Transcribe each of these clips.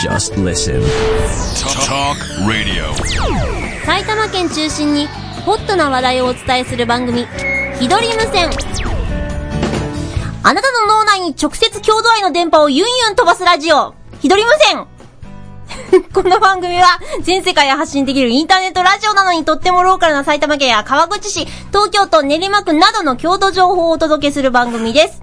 Just listen. Talk Radio. 埼玉県中心にホットな話題をお伝えする番組「ひどり無線」あなたの脳内に直接郷土愛の電波をユンユン飛ばすラジオ「ひどり無線」 この番組は全世界へ発信できるインターネットラジオなのにとってもローカルな埼玉県や川口市、東京都練馬区などの郷土情報をお届けする番組です。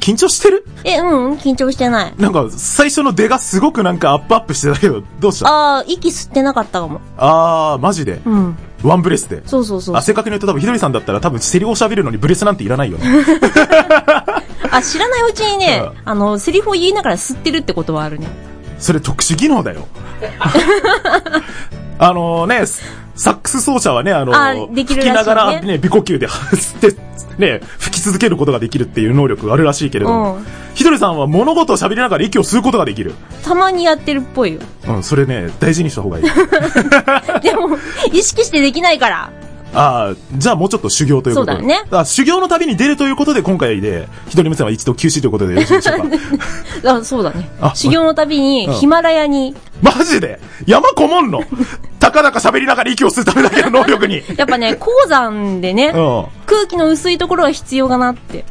緊張してるえ、うん、緊張してない。なんか、最初の出がすごくなんかアップアップしてたけど、どうしたあー、息吸ってなかったかも。あー、マジで。うん。ワンブレスで。そうそうそうあ、。正確に言うと多分、ひどりさんだったら多分、セリフを喋るのにブレスなんていらないよね。あ、知らないうちにねうん、あの、セリフを言いながら吸ってるってことはあるね。それ特殊技能 だよ。あのね、サックス奏者はね、あのあできるらし吹きいねながらね、微呼吸で 吸って、ね、吹き続けることができるっていう能力があるらしいけれども、うんひどりさんは物事を喋りながら息を吸うことができる。たまにやってるっぽ いよ。うん、それね、大事にした方がいい。でも、意識してできないから。ああ、じゃあもうちょっと修行ということで。そうだねあ修行の旅に出るということで、今回で、一人娘は一度休止ということでよろしいでしょうか。あ、そうだねあ。修行のたびにうん、ヒマラヤに、マジで山こもんのたかだか喋りながら息を吸うためだけの能力に。やっぱ ね、鉱山でねうん。、は空気の薄いところは必要かなって。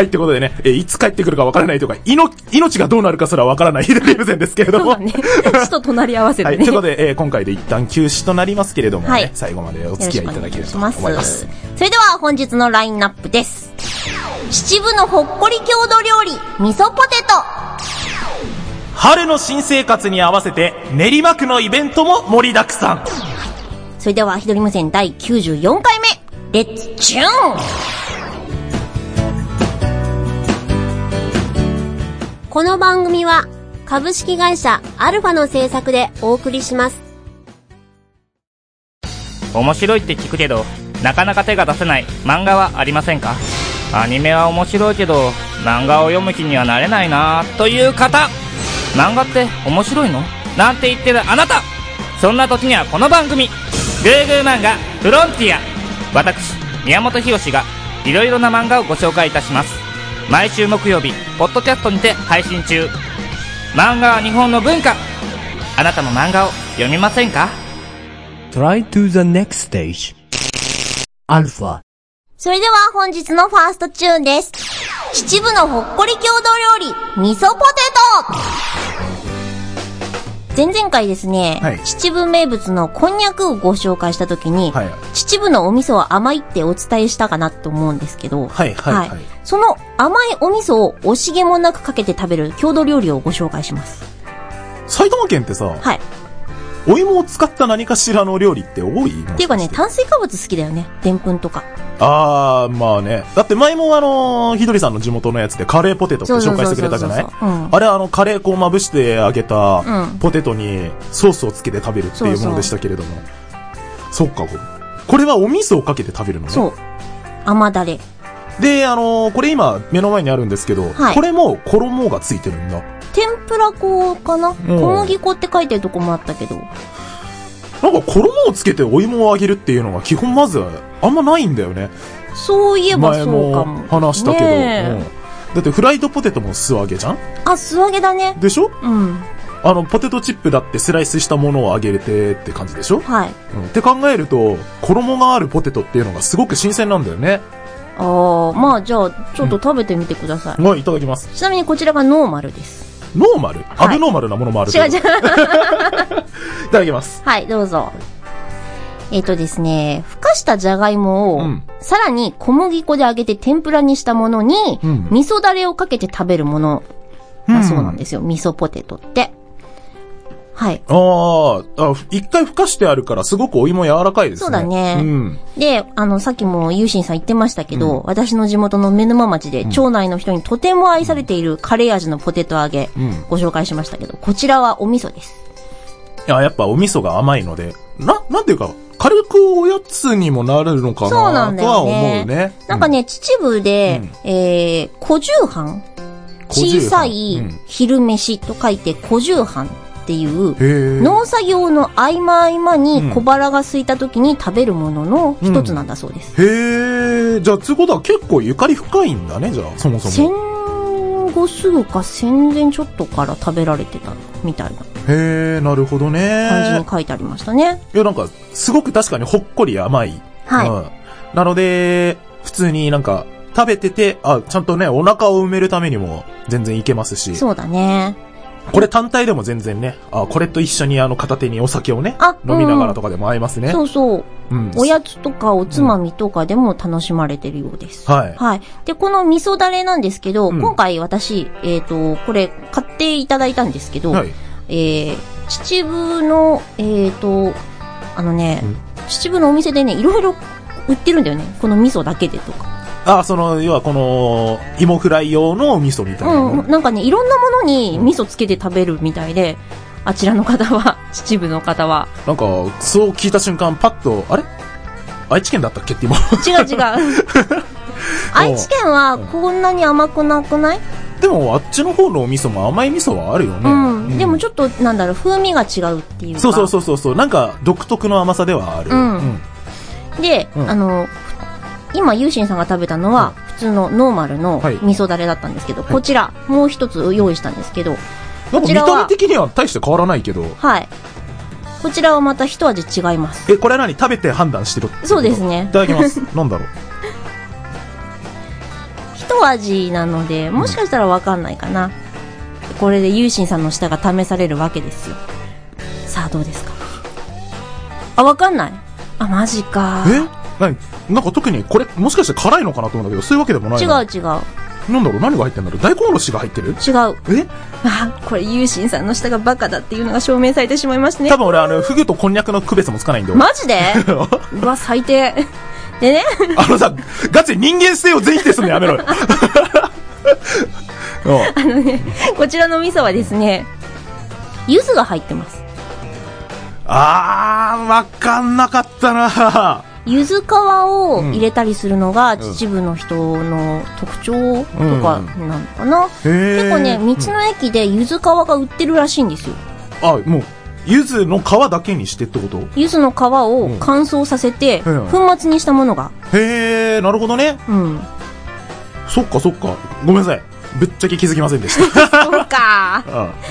い、ってことでね、えーいつ帰ってくるかわからないとか、いの命がどうなるかすらわからない 左目線ですけれどそうも。だ ね。死と隣り合わせはい、でとねいう。ことで、えー今回で一旦休止となりますけれども、ねはい最後までよお付ろきし合いくいおた願だいければしとま思す。います。それでは本日のラインナップです。秩父のほっこり郷土料理、味噌ポテト。春の新生活に合わせて、練馬区のイベントも盛りだくさん。それでは、ひどりません第94回目、レッツチューンこの番組は、株式会社アルファの制作でお送りします。面白いって聞くけどなかなか手が出せない漫画はありませんかアニメは面白いけど漫画を読む気にはなれないなという方漫画って面白いのなんて言ってるあなたそんな時にはこの番組「グーグー漫画フロンティア」私宮本浩がいろいろな漫画をご紹介いたします毎週木曜日ポッドキャストにて配信中漫画は日本の文化あなたも漫画を読みませんか Try to the next stage. Alpha. それでは本日のファーストチューンです。秩父のほっこり郷土料理、味噌ポテト前々回ですね、はい秩父名物のこんにゃくをご紹介した時に、はい秩父のお味噌は甘いってお伝えしたかなと思うんですけど、はいはいはいその甘いお味噌を惜しげもなくかけて食べる郷土料理をご紹介します。埼玉県ってさ、はい。っお芋を使った何かしらの料理って多いっていうかね、炭水化物好きだよね。でんぷんとか。あー、まあね。だって前もあのーひどりさんの地元のやつでカレーポテトってそうそう紹そう介しそうてくれたじゃないうんあれあの、カレー粉をまぶして揚げたうんポテトにソースをつけて食べるっていうものでしたけれども。そっか、これこれはお味噌をかけて食べるのね。そう。甘だれ。で、あのーこれ今目の前にあるんですけど、はいこれも衣がついてるんだ。天ぷら粉かな小麦粉って書いてるとこもあったけど。なんか衣をつけてお芋を揚げるっていうのが基本まずあんまないんだよね。そういえば前そうかもも。話したけど、ねえうんだってフライドポテトも素揚げじゃんあ、素揚げだね。でしょうん。あの、ポテトチップだってスライスしたものを揚げれてって感じでしょ、はい。うん、って考えると、衣があるポテトっていうのがすごく新鮮なんだよね。あー、まあじゃあ、ちょっと食べてみてください。はい、いただきます。ちなみにこちらがノーマルです。ノーマル、アブノーマルなものもあるけ違う ど。違う。いただきます。はい、どうぞ。えっ、とですね、ふかしたじゃがいもを、うんさらに小麦粉で揚げて天ぷらにしたものに、うん味噌だれをかけて食べるものだそうなんですよ。味噌ポテトって。はい。あーあ、一回ふかしてあるからすごくお芋柔らかいですね。そうだねうん。で、あの、さっきもユーシンさん言ってましたけど、私の地元の目沼町で、町内の人にとても愛されているカレー味のポテト揚げ、んご紹介しましたけど、こちらはお味噌です。いや、やっぱお味噌が甘いので、な、なんていうか、軽くおやつにもなるのかなそうなんだとはよ思うね。ね。なんかね、秩父で、えー、小重飯小重飯小さいうん昼飯と書いて小重飯っていう、うん、へー農作業の合間合間うんに小腹が空いた時に食べるものの一つなんだそうです。へえ、じゃあ、つうことは結構ゆかり深いんだね、じゃあ、そもそも。戦後すぐか戦前ちょっとから食べられてたみたいなへえ、なるほど感じねに。書いてありましたね。いや、なんか、すごく確かにほっこり甘い。はいうん。なので、普通になんか、食べてて、あ、ちゃんとね、お腹を埋めるためにも全然いけますし、そうだね。これ単体でも全然ね、あ、これと一緒にあの片手にお酒をねあ、飲みながらとかでも合いますね。そうそう。うん。おやつとかおつまみとかでも楽しまれてるようです。はいはい。で、この味噌だれなんですけど、うん今回私、えっ、と、これ買っていただいたんですけど、はい。えー、秩父の、えっ、と、あのね、うん秩父のお店でね、いろいろ売ってるんだよね。この味噌だけでとか。あ、その、要はこの、芋フライ用の味噌みたいなの。うん、なんかね、いろんなものに味噌つけて食べるみたいで、あちらの方は、 秩父の方は、なんか、そう聞いた瞬間、パッと、あれ愛知県だったっけって今。 違う違う。愛知県はこんなに甘くなくないでも、あっちの方のお味噌も甘い味噌はあるよね。うん、でもょちょっとなんだろう風味が違うっていうかそうそうそうそうそう。なんか、独特の甘さではある。うんで、うんあの今ユーシンさんが食べたのは普通のノーマルのはい味噌だれだったんですけど、こちらもう一つ用意したんですけどなこんか、ち見らた目は的には大して変わらないけど。はいこちらはまた一味違いますえ、これは何食べて判断してるってことそうですねいただ きます。なんだろう。一味なのでもしかしたらわかんないかなこれでユーシンさんの舌が試されるわけですよさあどうですかあわかんないあマジかえ何なんか特に、これ、もしかして辛いのかなと思うんだけど、そういうわけでもない違うな。違うう。なんだろう何が入ってんだろう大根おろしが入ってる違うえあ、これ、ユーシンさんの舌がバカだっていうのが証明されてしまいましたね多。分俺、あの、フグとこんにゃくの区別もつかないんだよ。マ ジでうわ、最低。でねあのさ、ガチで人間性を全否定するのや めろよ。うんこちらの味噌はですね、柚子が入ってますあー、わかんなかったな柚子皮を入れたりするのが秩父の人の特徴とかなのかな、へー結構ね道の駅で柚子皮が売ってるらしいんですよあ、もう、柚子の皮だけにしてってこと柚子の皮を乾燥させてうん粉末にしたものがへー、なるほどね。 うんそっかそっか。ごめんなさい。ぶっちゃけ気づきませんでした。そうかあ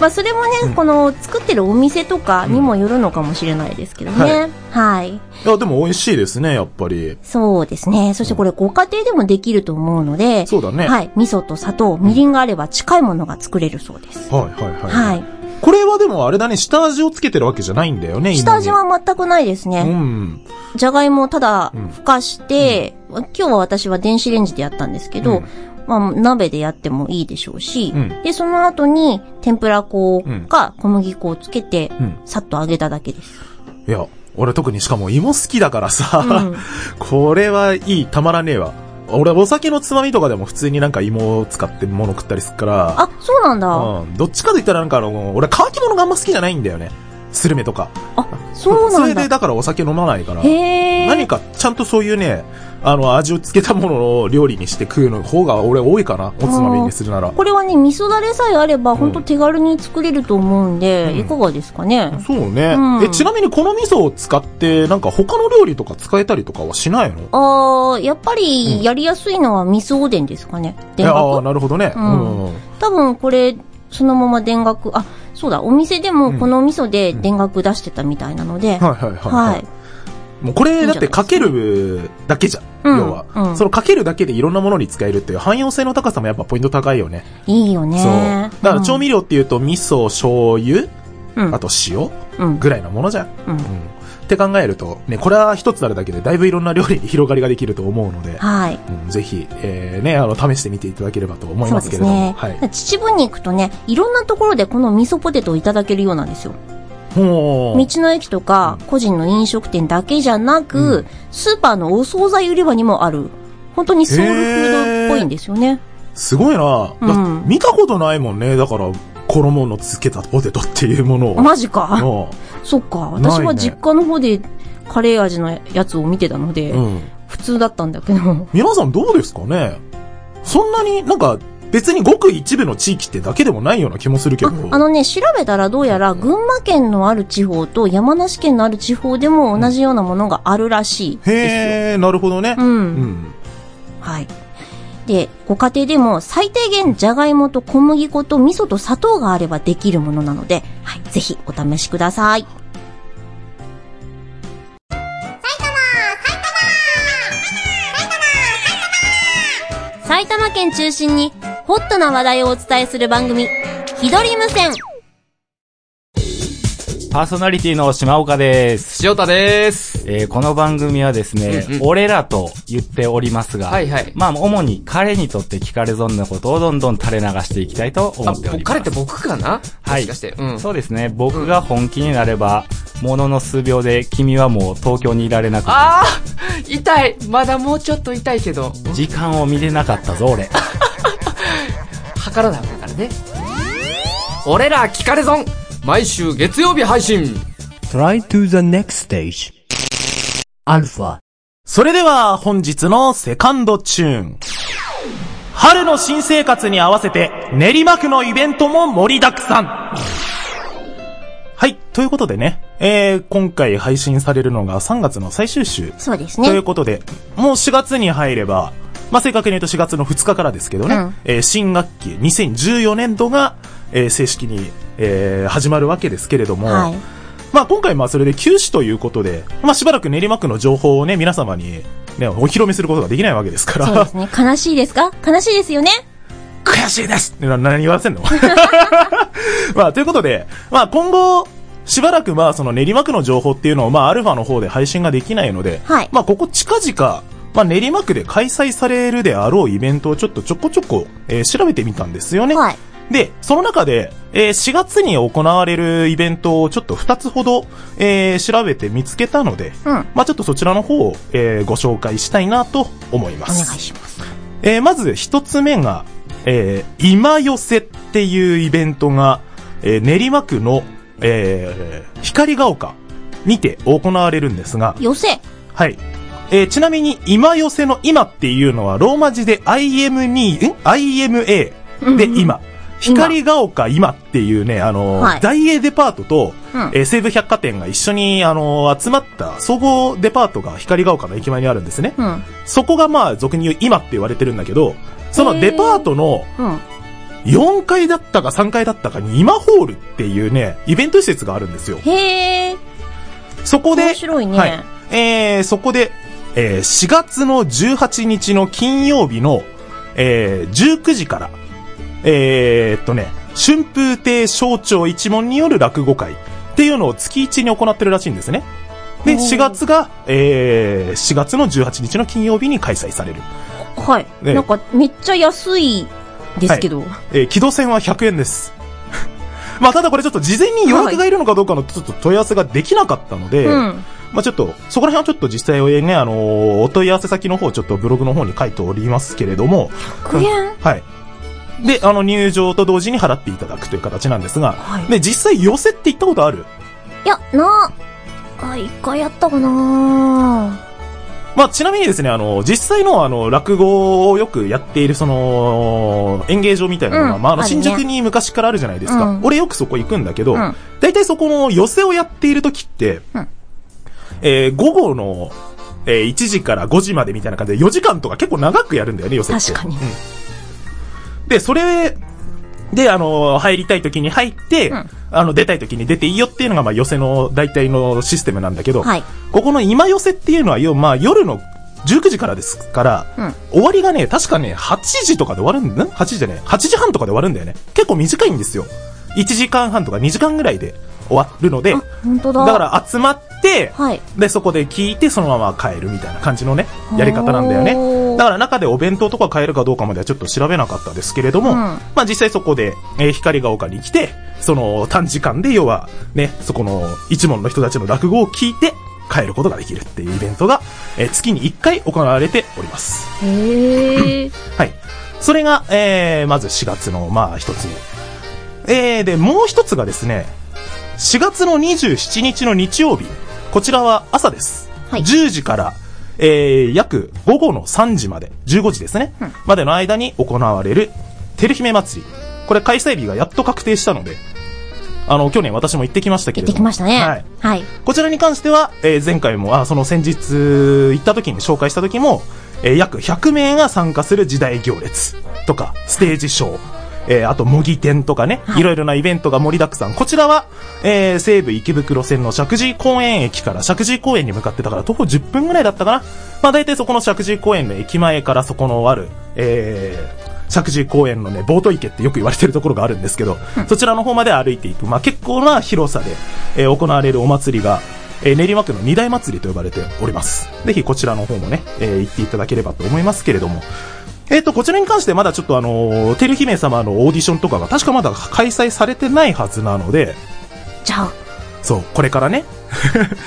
まあそれもね、この作ってるお店とかにもよるのかもしれないですけどはね、はいいや、でも美味しいですね、やっぱり。そうですね。そしてこれご家庭でもできると思うので、そうだねはい。味噌と砂糖、みりんがあれば近いものが作れるそうです。はいはいはい。はい。これはでもあれだね、下味をつけてるわけじゃないんだよね、今ね下味。は全くないですうね。ん。じゃがいもをただふかして、今日は私は電子レンジでやったんですけど、うんまあ鍋でやってもいいでしょうし、うんで、その後に天ぷら粉か小麦粉をつけて、うんさっと揚げただけです。いや、俺特にしかも芋好きだからさ、うんこれはいい、たまらねえわ。俺お酒のつまみとかでも普通になんか芋を使って物食ったりするから。あ、そうなんだ。うん、どっちかと言ったらなんかあの、俺乾き物があんま好きじゃないんだよね。スルメとか。そうなんれでだ。だからお酒飲まないから。へー。何かちゃんとそういうね、あの、味をつけたものを料理にして食うの方が俺多いかな。おつまみにするなら。これはね、味噌だれさえあれば、ほんと手軽に作れると思うんで、うんいかがですかね。そうね、うんえ、ちなみにこの味噌を使って、なんか他の料理とか使えたりとかはしないのあー、やっぱり、やりやすいのは味噌おでんですかね。い田やあー楽なるほどね。ううんん。多分これ、そのまま田楽、あ、そうだ、お店でもこの味噌で田楽出してたみたいなので、はいはいはい、はい。はい。もうこれだってかけるだけじゃん。うん要は、うんそのかけるだけでいろんなものに使えるっていう汎用性の高さもやっぱポイント高いよね。いいよそう。ねだ。から調味料っていうと味噌、醤油、うんあと塩うんぐらいのものじゃん。うんって考えると、ね、これは一つあるだけでだいぶいろんな料理に広がりができると思うので、はい。うんぜひ、えーね、あの、試してみていただければと思いそうまですすけれども。ね。秩父に行くとね、いろんなところでこの味噌ポテトをいただけるようなんですよ。はい。も道の駅とか個人の飲食店だけじゃなく、スーパーのお惣菜売り場にもある本当にソウルフードっぽいんですよね、すごいな、だうん見たことないもんね。だから、衣のつけたポテトっていうものを。マジかのそっかないね私は実家の方でカレー味のやつを見てたので、うん。普通だったんだけど皆さんどうですかねそんなになんか別にごく一部の地域ってだけでもないような気もするけど。ああのね調べたらどうやら群馬県のある地方と山梨県のある地方でも同じようなものがあるらしいですよへー、なるほどね。うんうん。はいで、ご家庭でも最低限じゃがいもと小麦粉と味噌と砂糖があればできるものなので、はい、ぜひお試しください。埼玉県中心にホットな話題をお伝えする番組、ひどり無線。パーソナリティの島岡です。塩田です。えーこの番組はですね、うんうん俺らと言っておりますが、はいはいまあ、主に彼にとって聞かれ損なことをどんどん垂れ流していきたいと思あ、っております。彼って僕かなはいもしかして。うん。そうですね、僕が本気になれば、ものの数秒で君はもう東京にいられなくなるあー痛いまだもうちょっと痛いけど、時間を見れなかったぞ、俺。測らなあかんからね。俺ら聞かれ損毎週月曜日配信 Try to the next stage. Alpha. それでは本日のセカンドチューン。春の新生活に合わせて練馬区のイベントも盛りだくさん。はい、ということでね、えー、今回配信されるのが3月の最終週。そうですといねう。ことで、もう4月に入れば、まあ、正確に言うと4月の2日からですけどね、うんえー新学期2014年度が、えー正式に、えー始まるわけですけれども、 はい。まあ今回まあそれで休止ということで、まあしばらく練馬区の情報をね、皆様にね、お披露目することができないわけですかそうでらす、ね。悲しいですか悲しいですよね。悔しいですな何言わせんの まあということで、まあ今後、しばらくまあその練馬区の情報っていうのをまあアルファの方で配信ができないので、はいまあここ近々、まあ練馬区で開催されるであろうイベントをちょっとちょこちょこ、えー調べてみたんですよね。はい。で、その中で、えー4月に行われるイベントをちょっと2つほど、えー調べて見つけたので、うんまあちょっとそちらの方を、えーご紹介したいなと思いまお願いす。します。えーまず一つ目が、えー今寄せっていうイベントが、えー練馬区の、えー光が丘にて行われるんですが、寄せ。はい。えーちなみに、今寄せの今っていうのは、ローマ字で IM2、ん ?IMA で今。光が丘今っていうね、あのー、はい大英デパートと、うんえー西武百貨店が一緒に、あのー集まった総合デパートが光が丘の駅前にあるんですね。うん。そこがまあ、俗に言う今って言われてるんだけど、そのデパートのうん。 4階だったか3階だったかに今ホールっていうね、イベント施設があるんですよ。へえ。そこで、面白いねはい、えー、そこで、えー、4月の18日の金曜日の、えー、19時から、えー、っとね、春風亭省庁一門による落語会っていうのを月1に行ってるらしいんですね。で、4月が、えー、4月の18日の金曜日に開催される。はい。ねなんか、めっちゃ安いですけど。えー、軌道線は100円です。 まあ、ただこれちょっと事前に予約がいるのかどうかのちょっと問い合わせができなかったので、うん。まあちょっと、そこら辺はちょっと実際をね、あのーお問い合わせ先の方、ちょっとブログの方に書いておりますけれども、 100円はい。で、あの、入場と同時に払っていただくという形なんですが、はいで、実際寄せって行ったことあるいや、なあ、一回やったかなまあちなみにですね、あの、実際のあの、落語をよくやっている、その、演芸場みたいなのが、うんまああの、あるね新宿に昔からあるじゃないですか。うん俺よくそこ行くんだけど、うん大体そこの寄せをやっている時って、うんえー午後の、えー1時から5時までみたいな感じで、4時間とか結構長くやるんだよね、寄せって。確かにうんで、それ、で、あの、入りたい時に入って、んあの、出たい時に出ていいよっていうのが、まあ、寄せの大体のシステムなんだけど、はいここの今寄せっていうのは、要はまあ、夜の19時からですから、うん終わりがね、確かね、8時とかで終わるんだ、ん ?8 時じゃね8時半とかで終わるんだよね。結構短いんですよ。1時間半とか2時間ぐらいで終わるので、あ、本当だ。だか、ら集まって、はい。で、そこで聞いて、そのまま帰るみたいな感じのね、やり方なんだよおね。ーだから中でお弁当とか買えるかどうかまではちょっと調べなかったですけれども、うんまあ実際そこで、えー光が丘に来て、その短時間で要は、ね、そこの一門の人たちの落語を聞いて、帰ることができるっていうイベントが、えー月に1回行われております。へえ。はい。それが、えー、まず4月の、まあ、一つ目。えー、で、もう一つがですね、4月の27日の日曜日、こちらは朝です。はい10時から、えー、約午後の3時まで、15時ですね、までの間に行われる、てる姫祭り。これ開催日がやっと確定したので、あの、去年私も行ってきましたけ行っれてども。きましたはねい。。はい。こちらに関しては、えー前回も、あ、その先日行った時に紹介した時も、えー約100名が参加する時代行列とか、ステージショー、えーあと模擬店とかね、いろいろなイベントが盛りだくさん。こちらは、えー西武池袋線の石神井公園駅から石神井公園に向かってたから徒歩10分ぐらいだったかな。まあ大体そこの石神井公園の駅前からそこのある、えー石神井公園のね、ボート池ってよく言われてるところがあるんですけど、そちらの方まで歩いていく。まあ結構な広さで、えー行われるお祭りが、えー練馬区の二大祭りと呼ばれております。ぜひこちらの方もね、えー行っていただければと思いますけれども、えっ、と、こちらに関してまだちょっとあのー、てる姫様のオーディションとかが確かまだ開催されてないはずなので、じゃあ、そう、これからね、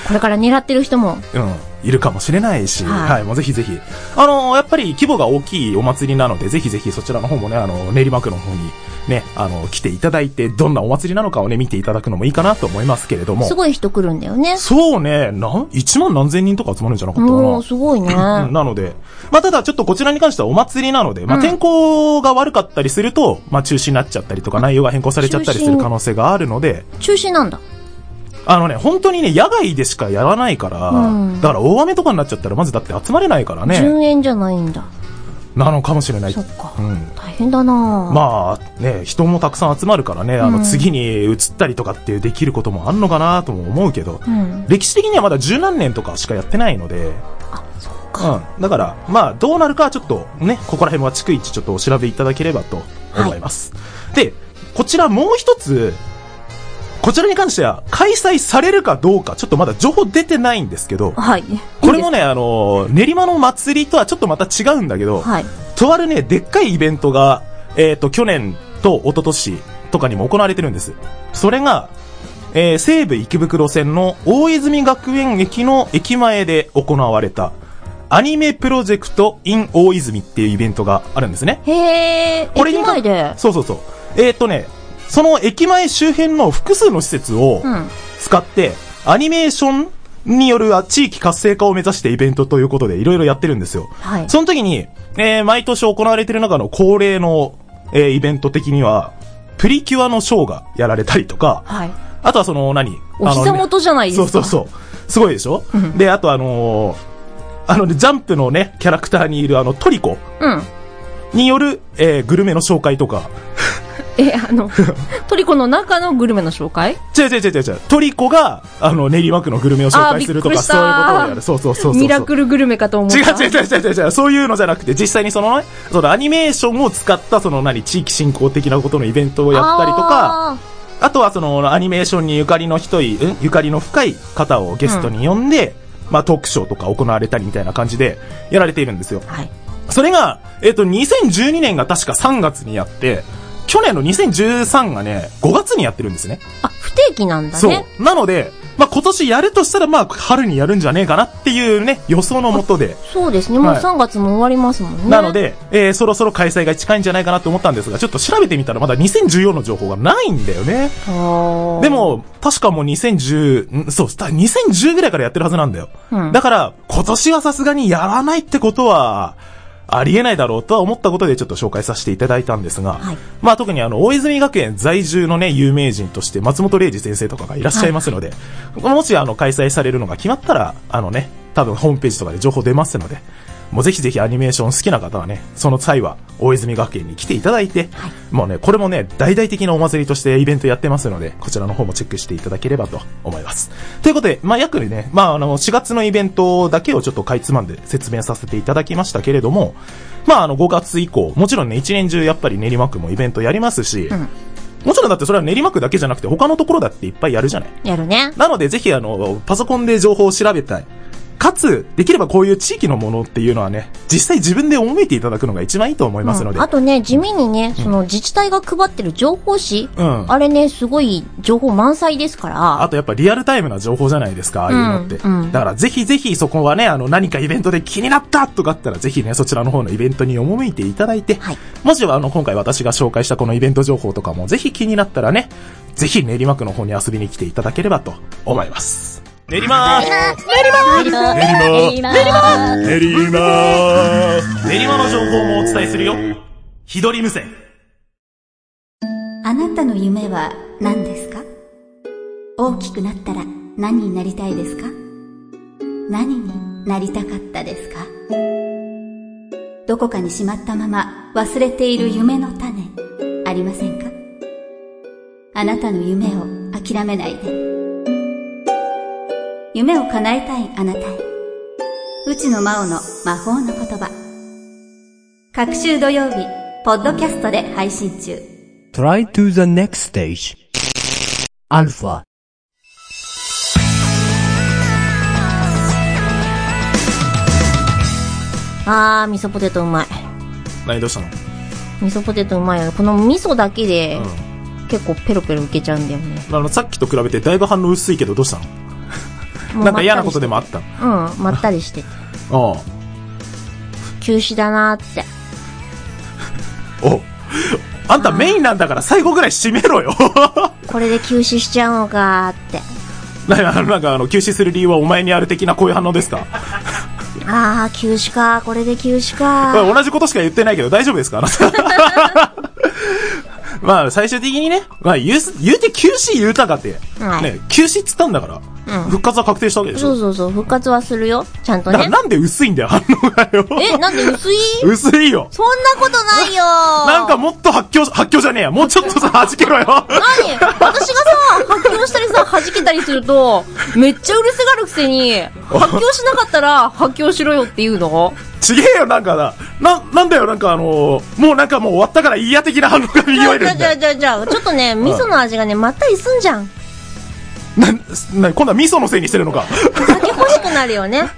これから狙ってる人も、うん、いるかもしれないし、ははいい、もうぜひぜひ。あのーやっぱり規模が大きいお祭りなので、ぜひぜひそちらの方もね、あのー練馬区の方にね、あのー来ていただいて、どんなお祭りなのかをね、見ていただくのもいいかなと思いますけれどもす。ごい人来るんだよね。そうね、なん、1万何千人とか集まるんじゃなかったかもなう、。すごいね。うんなので、まあ、ただちょっとこちらに関してはお祭りなので、まあ、天候が悪かったりすると、まあ、中止になっちゃったりとか、内容が変更されちゃったりする可能性があるので、中止なんだ。あのね、本当にね、野外でしかやらないから、うんだから大雨とかになっちゃったら、まずだって集まれないからね、順延じゃないんだ。なのかもしれないそ。っかう。ん。大変だなあまあね、人もたくさん集まるからね、あの、次に移ったりとかってできることもあんのかなとも思うけど、うん。歴史的にはまだ十何年とかしかやってないので、うん。だから、まあ、どうなるかはちょっとね、ここら辺は逐一ちょっとお調べいただければと思います。で、こちらもう一つ、こちらに関しては開催されるかどうか、ちょっとまだ情報出てないんですけど、はい。これもね、あの、練馬の祭りとはちょっとまた違うんだけど、はい。とあるね、でっかいイベントが、えっ、と、去年と一昨年とかにも行われてるんです。それが、えー西武池袋線の大泉学園駅の駅前で行われた、アニメプロジェクト in 大泉っていうイベントがあるんですね。へえ、これ駅に前で。そうそうそう。えっ、とね、その駅前周辺の複数の施設をうん。使って、アニメーションによる地域活性化を目指してイベントということでいろいろやってるんですよ。はい。その時に、えー毎年行われてる中の恒例の、えーイベント的には、プリキュアのショーがやられたりとか、はい。あとはその、何お膝元じゃないですか。そうそうそう。すごいでしょで、あとあのーあのね、ジャンプのね、キャラクターにいるあのトリコうん。による、えーグルメの紹介とか、え、あ の、トリコの中のグルメの紹介違う違う違う違う、トリコが、あの、練馬区のグルメを紹介するとあーびっくりか、したそういうことをやる。そうそうそうそうそう。ミラクルグルメかと思った。違う違う違う違う違う違う、そういうのじゃなくて、実際にそのね、そのアニメーションを使ったその何、地域振興的なことのイベントをやったりとか、ああとはそのアニメーションにゆかりの人い、んゆかりの深い方をゲストに呼んで、まあトークショーとか行われたりみたいな感じでやられているんですよ。ー。はい。それが、えっ、と、2012年が確か3月にやって、去年の2013がね、5月にやってるんですね。あ、不定期なんだそね。う。なので、まあ今年やるとしたら、まあ春にやるんじゃねえかなっていうね、予想のもとで。そうですね。もうはい3月も終わりますもんね。なの。で、えーそろそろ開催が近いんじゃないかなと思ったんですが、ちょっと調べてみたらまだ2014の情報がないんだよね。でも、確かもう2010、んそう、だ2010ぐらいからやってるはずなんだよ。うんだから、今年はさすがにやらないってことは、ありえないだろうとは思ったことでちょっと紹介させていただいたんですが、はいまあ特にあの、大泉学園在住のね、有名人として松本零士先生とかがいらっしゃいますので、もしあの、開催されるのが決まったら、あのね、多分ホームページとかで情報出ますので、もうぜひぜひアニメーション好きな方はね、その際は大泉学園に来ていただいて、もうね、これもね、大々的なお祭りとしてイベントやってますので、こちらの方もチェックしていただければと思います。ということで、まあ約ね、まああの、4月のイベントだけをちょっとかいつまんで説明させていただきましたけれども、まああの5月以降、もちろんね、一年中やっぱり練馬区もイベントやりますし、もちろんだってそれは練馬区だけじゃなくて他のところだっていっぱいやるじゃない。やるね。なので、ぜひ、あの、パソコンで情報を調べたい。かつ、できればこういう地域のものっていうのはね、実際自分で思いていただくのが一番いいと思いますので。うんあとね、地味にね、その自治体が配ってる情報誌、うんあれね、すごい情報満載ですから、あとやっぱリアルタイムな情報じゃないですか、ああいうのって。うんうんだからぜひぜひそこはね、あの何かイベントで気になったとかあったらぜひね、そちらの方のイベントに赴いていただいて、はいもしはあの今回私が紹介したこのイベント情報とかもぜひ気になったらね、ぜひ練馬区の方に遊びに来ていただければと思います。練馬練馬の情報もお伝えするよ。ひどり無線。あなたの夢は何ですか大きくなったら何になりたいですか何になりたかったですかどこかにしまったまま忘れている夢の種ありませんかあなたの夢を諦めないで夢を叶えたいあなたへ内野真央の魔法の言葉各週土曜日ポッドキャストで配信中 Try to the next stage. Alpha. あー、味噌ポテトうまい。何どうしたの味噌ポテトうまいよね。この味噌だけで、結構ペロペロいけちゃうんだよね。あの、さっきと比べてだいぶ反応薄いけどどうしたものうなんか嫌なことでももあったのあったりして。うん、まったりしてて。ああ。 休止だなーって。おあんたメインなんだから最後ぐらい締めろよこれで休止しちゃうのかーって。な あのなんかあの、休止する理由はお前にある的なこういう反応ですかあー、休止かー、これで休止 かー。同じことしか言ってないけど大丈夫ですかあなた まあ、最終的にね、まあ、言うす、言うて休止言うたかって。はいね、休止っつったんだから、うん復活は確定したわけでしそょうそうそう、復活はするよ。ちゃんとだからね。なんで薄いんだよ、反応がよ。え、なんで薄い薄いよ。そんなことないよー。 なんかもっと発狂、発狂じゃねえや。もうちょっとさ、弾けろよ。 何私がさ、発狂したりさ、弾けたりすると、めっちゃうるせがるくせ に、発狂しなかったら、発狂しろよって言うのちげえよ、なんかな。な、なんだよ、なんかあのーもうなんかもう終わったから嫌的な反応が見じゃえあ、るじゃあ、んじゃだあ、よ。じゃあ、じゃあ、ちょっとね、味噌の味がね、まったりすんじゃん。な、な、今度は味噌のせいにしてるのか。 お酒欲しくなるよね。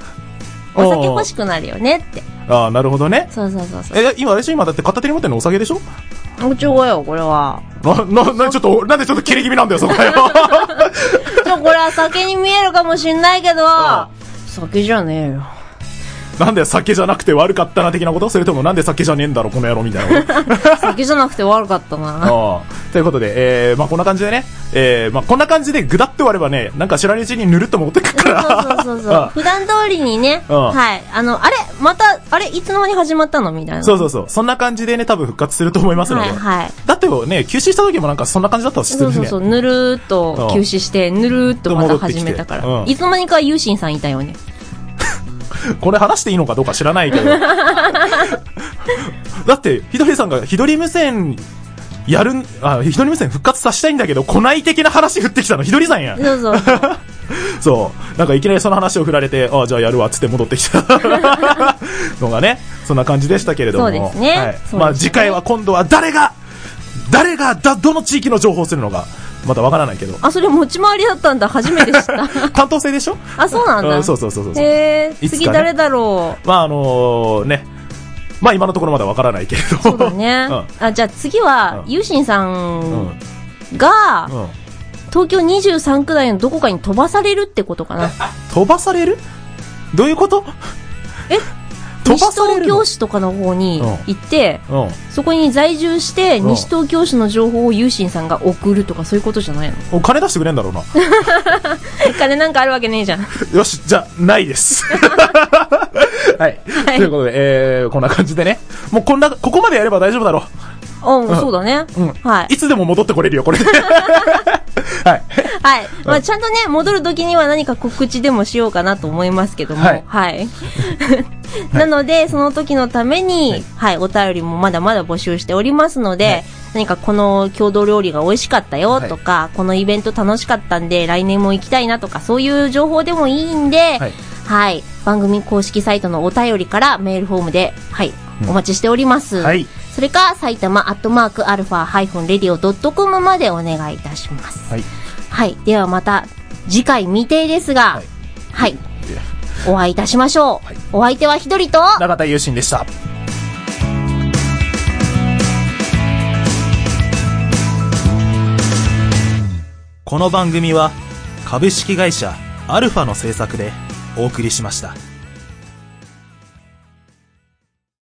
お酒欲しくなるよねって。ああ、なるほどね。そうそうそうそう。え、今あれでしょ今だって片手に持ってるのお酒でしょ おちょこよ、これは。な、な、な、ちょっと、なんでちょっと切れ気味なんだよ、そこよ。ちょ、これは酒に見えるかもしんないけど、酒じゃねえよ。 なんで酒じゃなくて悪かったな、的なことそれともなんで酒じゃねえんだろ、この野郎、みたいなこと。酒じゃなくて悪かったな。 ああということで、えー、まあこんな感じでね、えー、まあこんな感じでぐだって終わればね、なんか知らないうちにぬるっと持ってくかそうら。そうそうそう。普段通りにね、うんはい。あの、あれまた、あれいつの間に始まったのみたいな。 そうそうそう。そんな感じでね、多分復活すると思いますのはで。いはい。だってね、休止した時もなんかそんな感じだったし、そうそうそう、ぬるーっと休止して、ぬるーっとまた始めたか戻っら。てきてうんいつの間にかユーシンさんいたよね。これ話していいのかどうか知らな いけど。だって、ひどりさんが、ひどり無線、やるん、あ、ひどり無線復活させたいんだけど、来ない的な話振ってきたの、ひどりさんや。そうそうそう。そう。なんかいきなりその話を振られて、あじゃあやるわ、つって戻ってきた のがね、そんな感じでしたけれども。そうですねはそういです。ねまあ次回は今度は誰が、誰が、だ、どの地域の情報をするのか、まだわからない けど。 あ、それ持ち回りだったんだ。初めて知った。担当制でしょあ、そうなんうだ。んそうそうそうそうそう。へーいつかね次誰だろまああのね、まあ今のところまだわからないけれど。。う。そうだねあ、じゃあ次は、うんユーシンさうん。うんんが、うん東京23区内のどこかに飛ばされるってことかな。飛ばされるどういうことえ 飛ば西され東るの京市とかの方にうん行って、うん。そこに在住して、うん西東京市の情報をユーシンさんが送るとか、そういうことじゃないの お金出してくれんだろうな。金なんかあるわけねえじゃん。よし、じゃあ、ないです。はい。いということで、えー、こんな感じでね。もうこんな、ここまでやれば大丈夫だろ うん、そうだね。う。うん。はい。いつでも戻ってこれるよ、これで。はい。はい。まあ、ちゃんとね、戻る時には何か告知でもしようかなと思いますけども。はいはい。なので、その時のために、はい、お便りもまだまだ募集しておりますので、何かこの郷土料理が美味しかったよとか、このイベント楽しかったんで、来年も行きたいなとか、そういう情報でもいいんで、はいはい。番組公式サイトのお便りからメールフォームで、はい。お待ちしております。はい。それか、埼玉アットマークアルファハイフンレディオドットコムまでお願いいたします。はい。はい。ではまた、次回未定ですが、はい。お会いいたしましょう。はいお相手はひどりと、永田優心でした。この番組は、株式会社アルファの制作でお送りしました。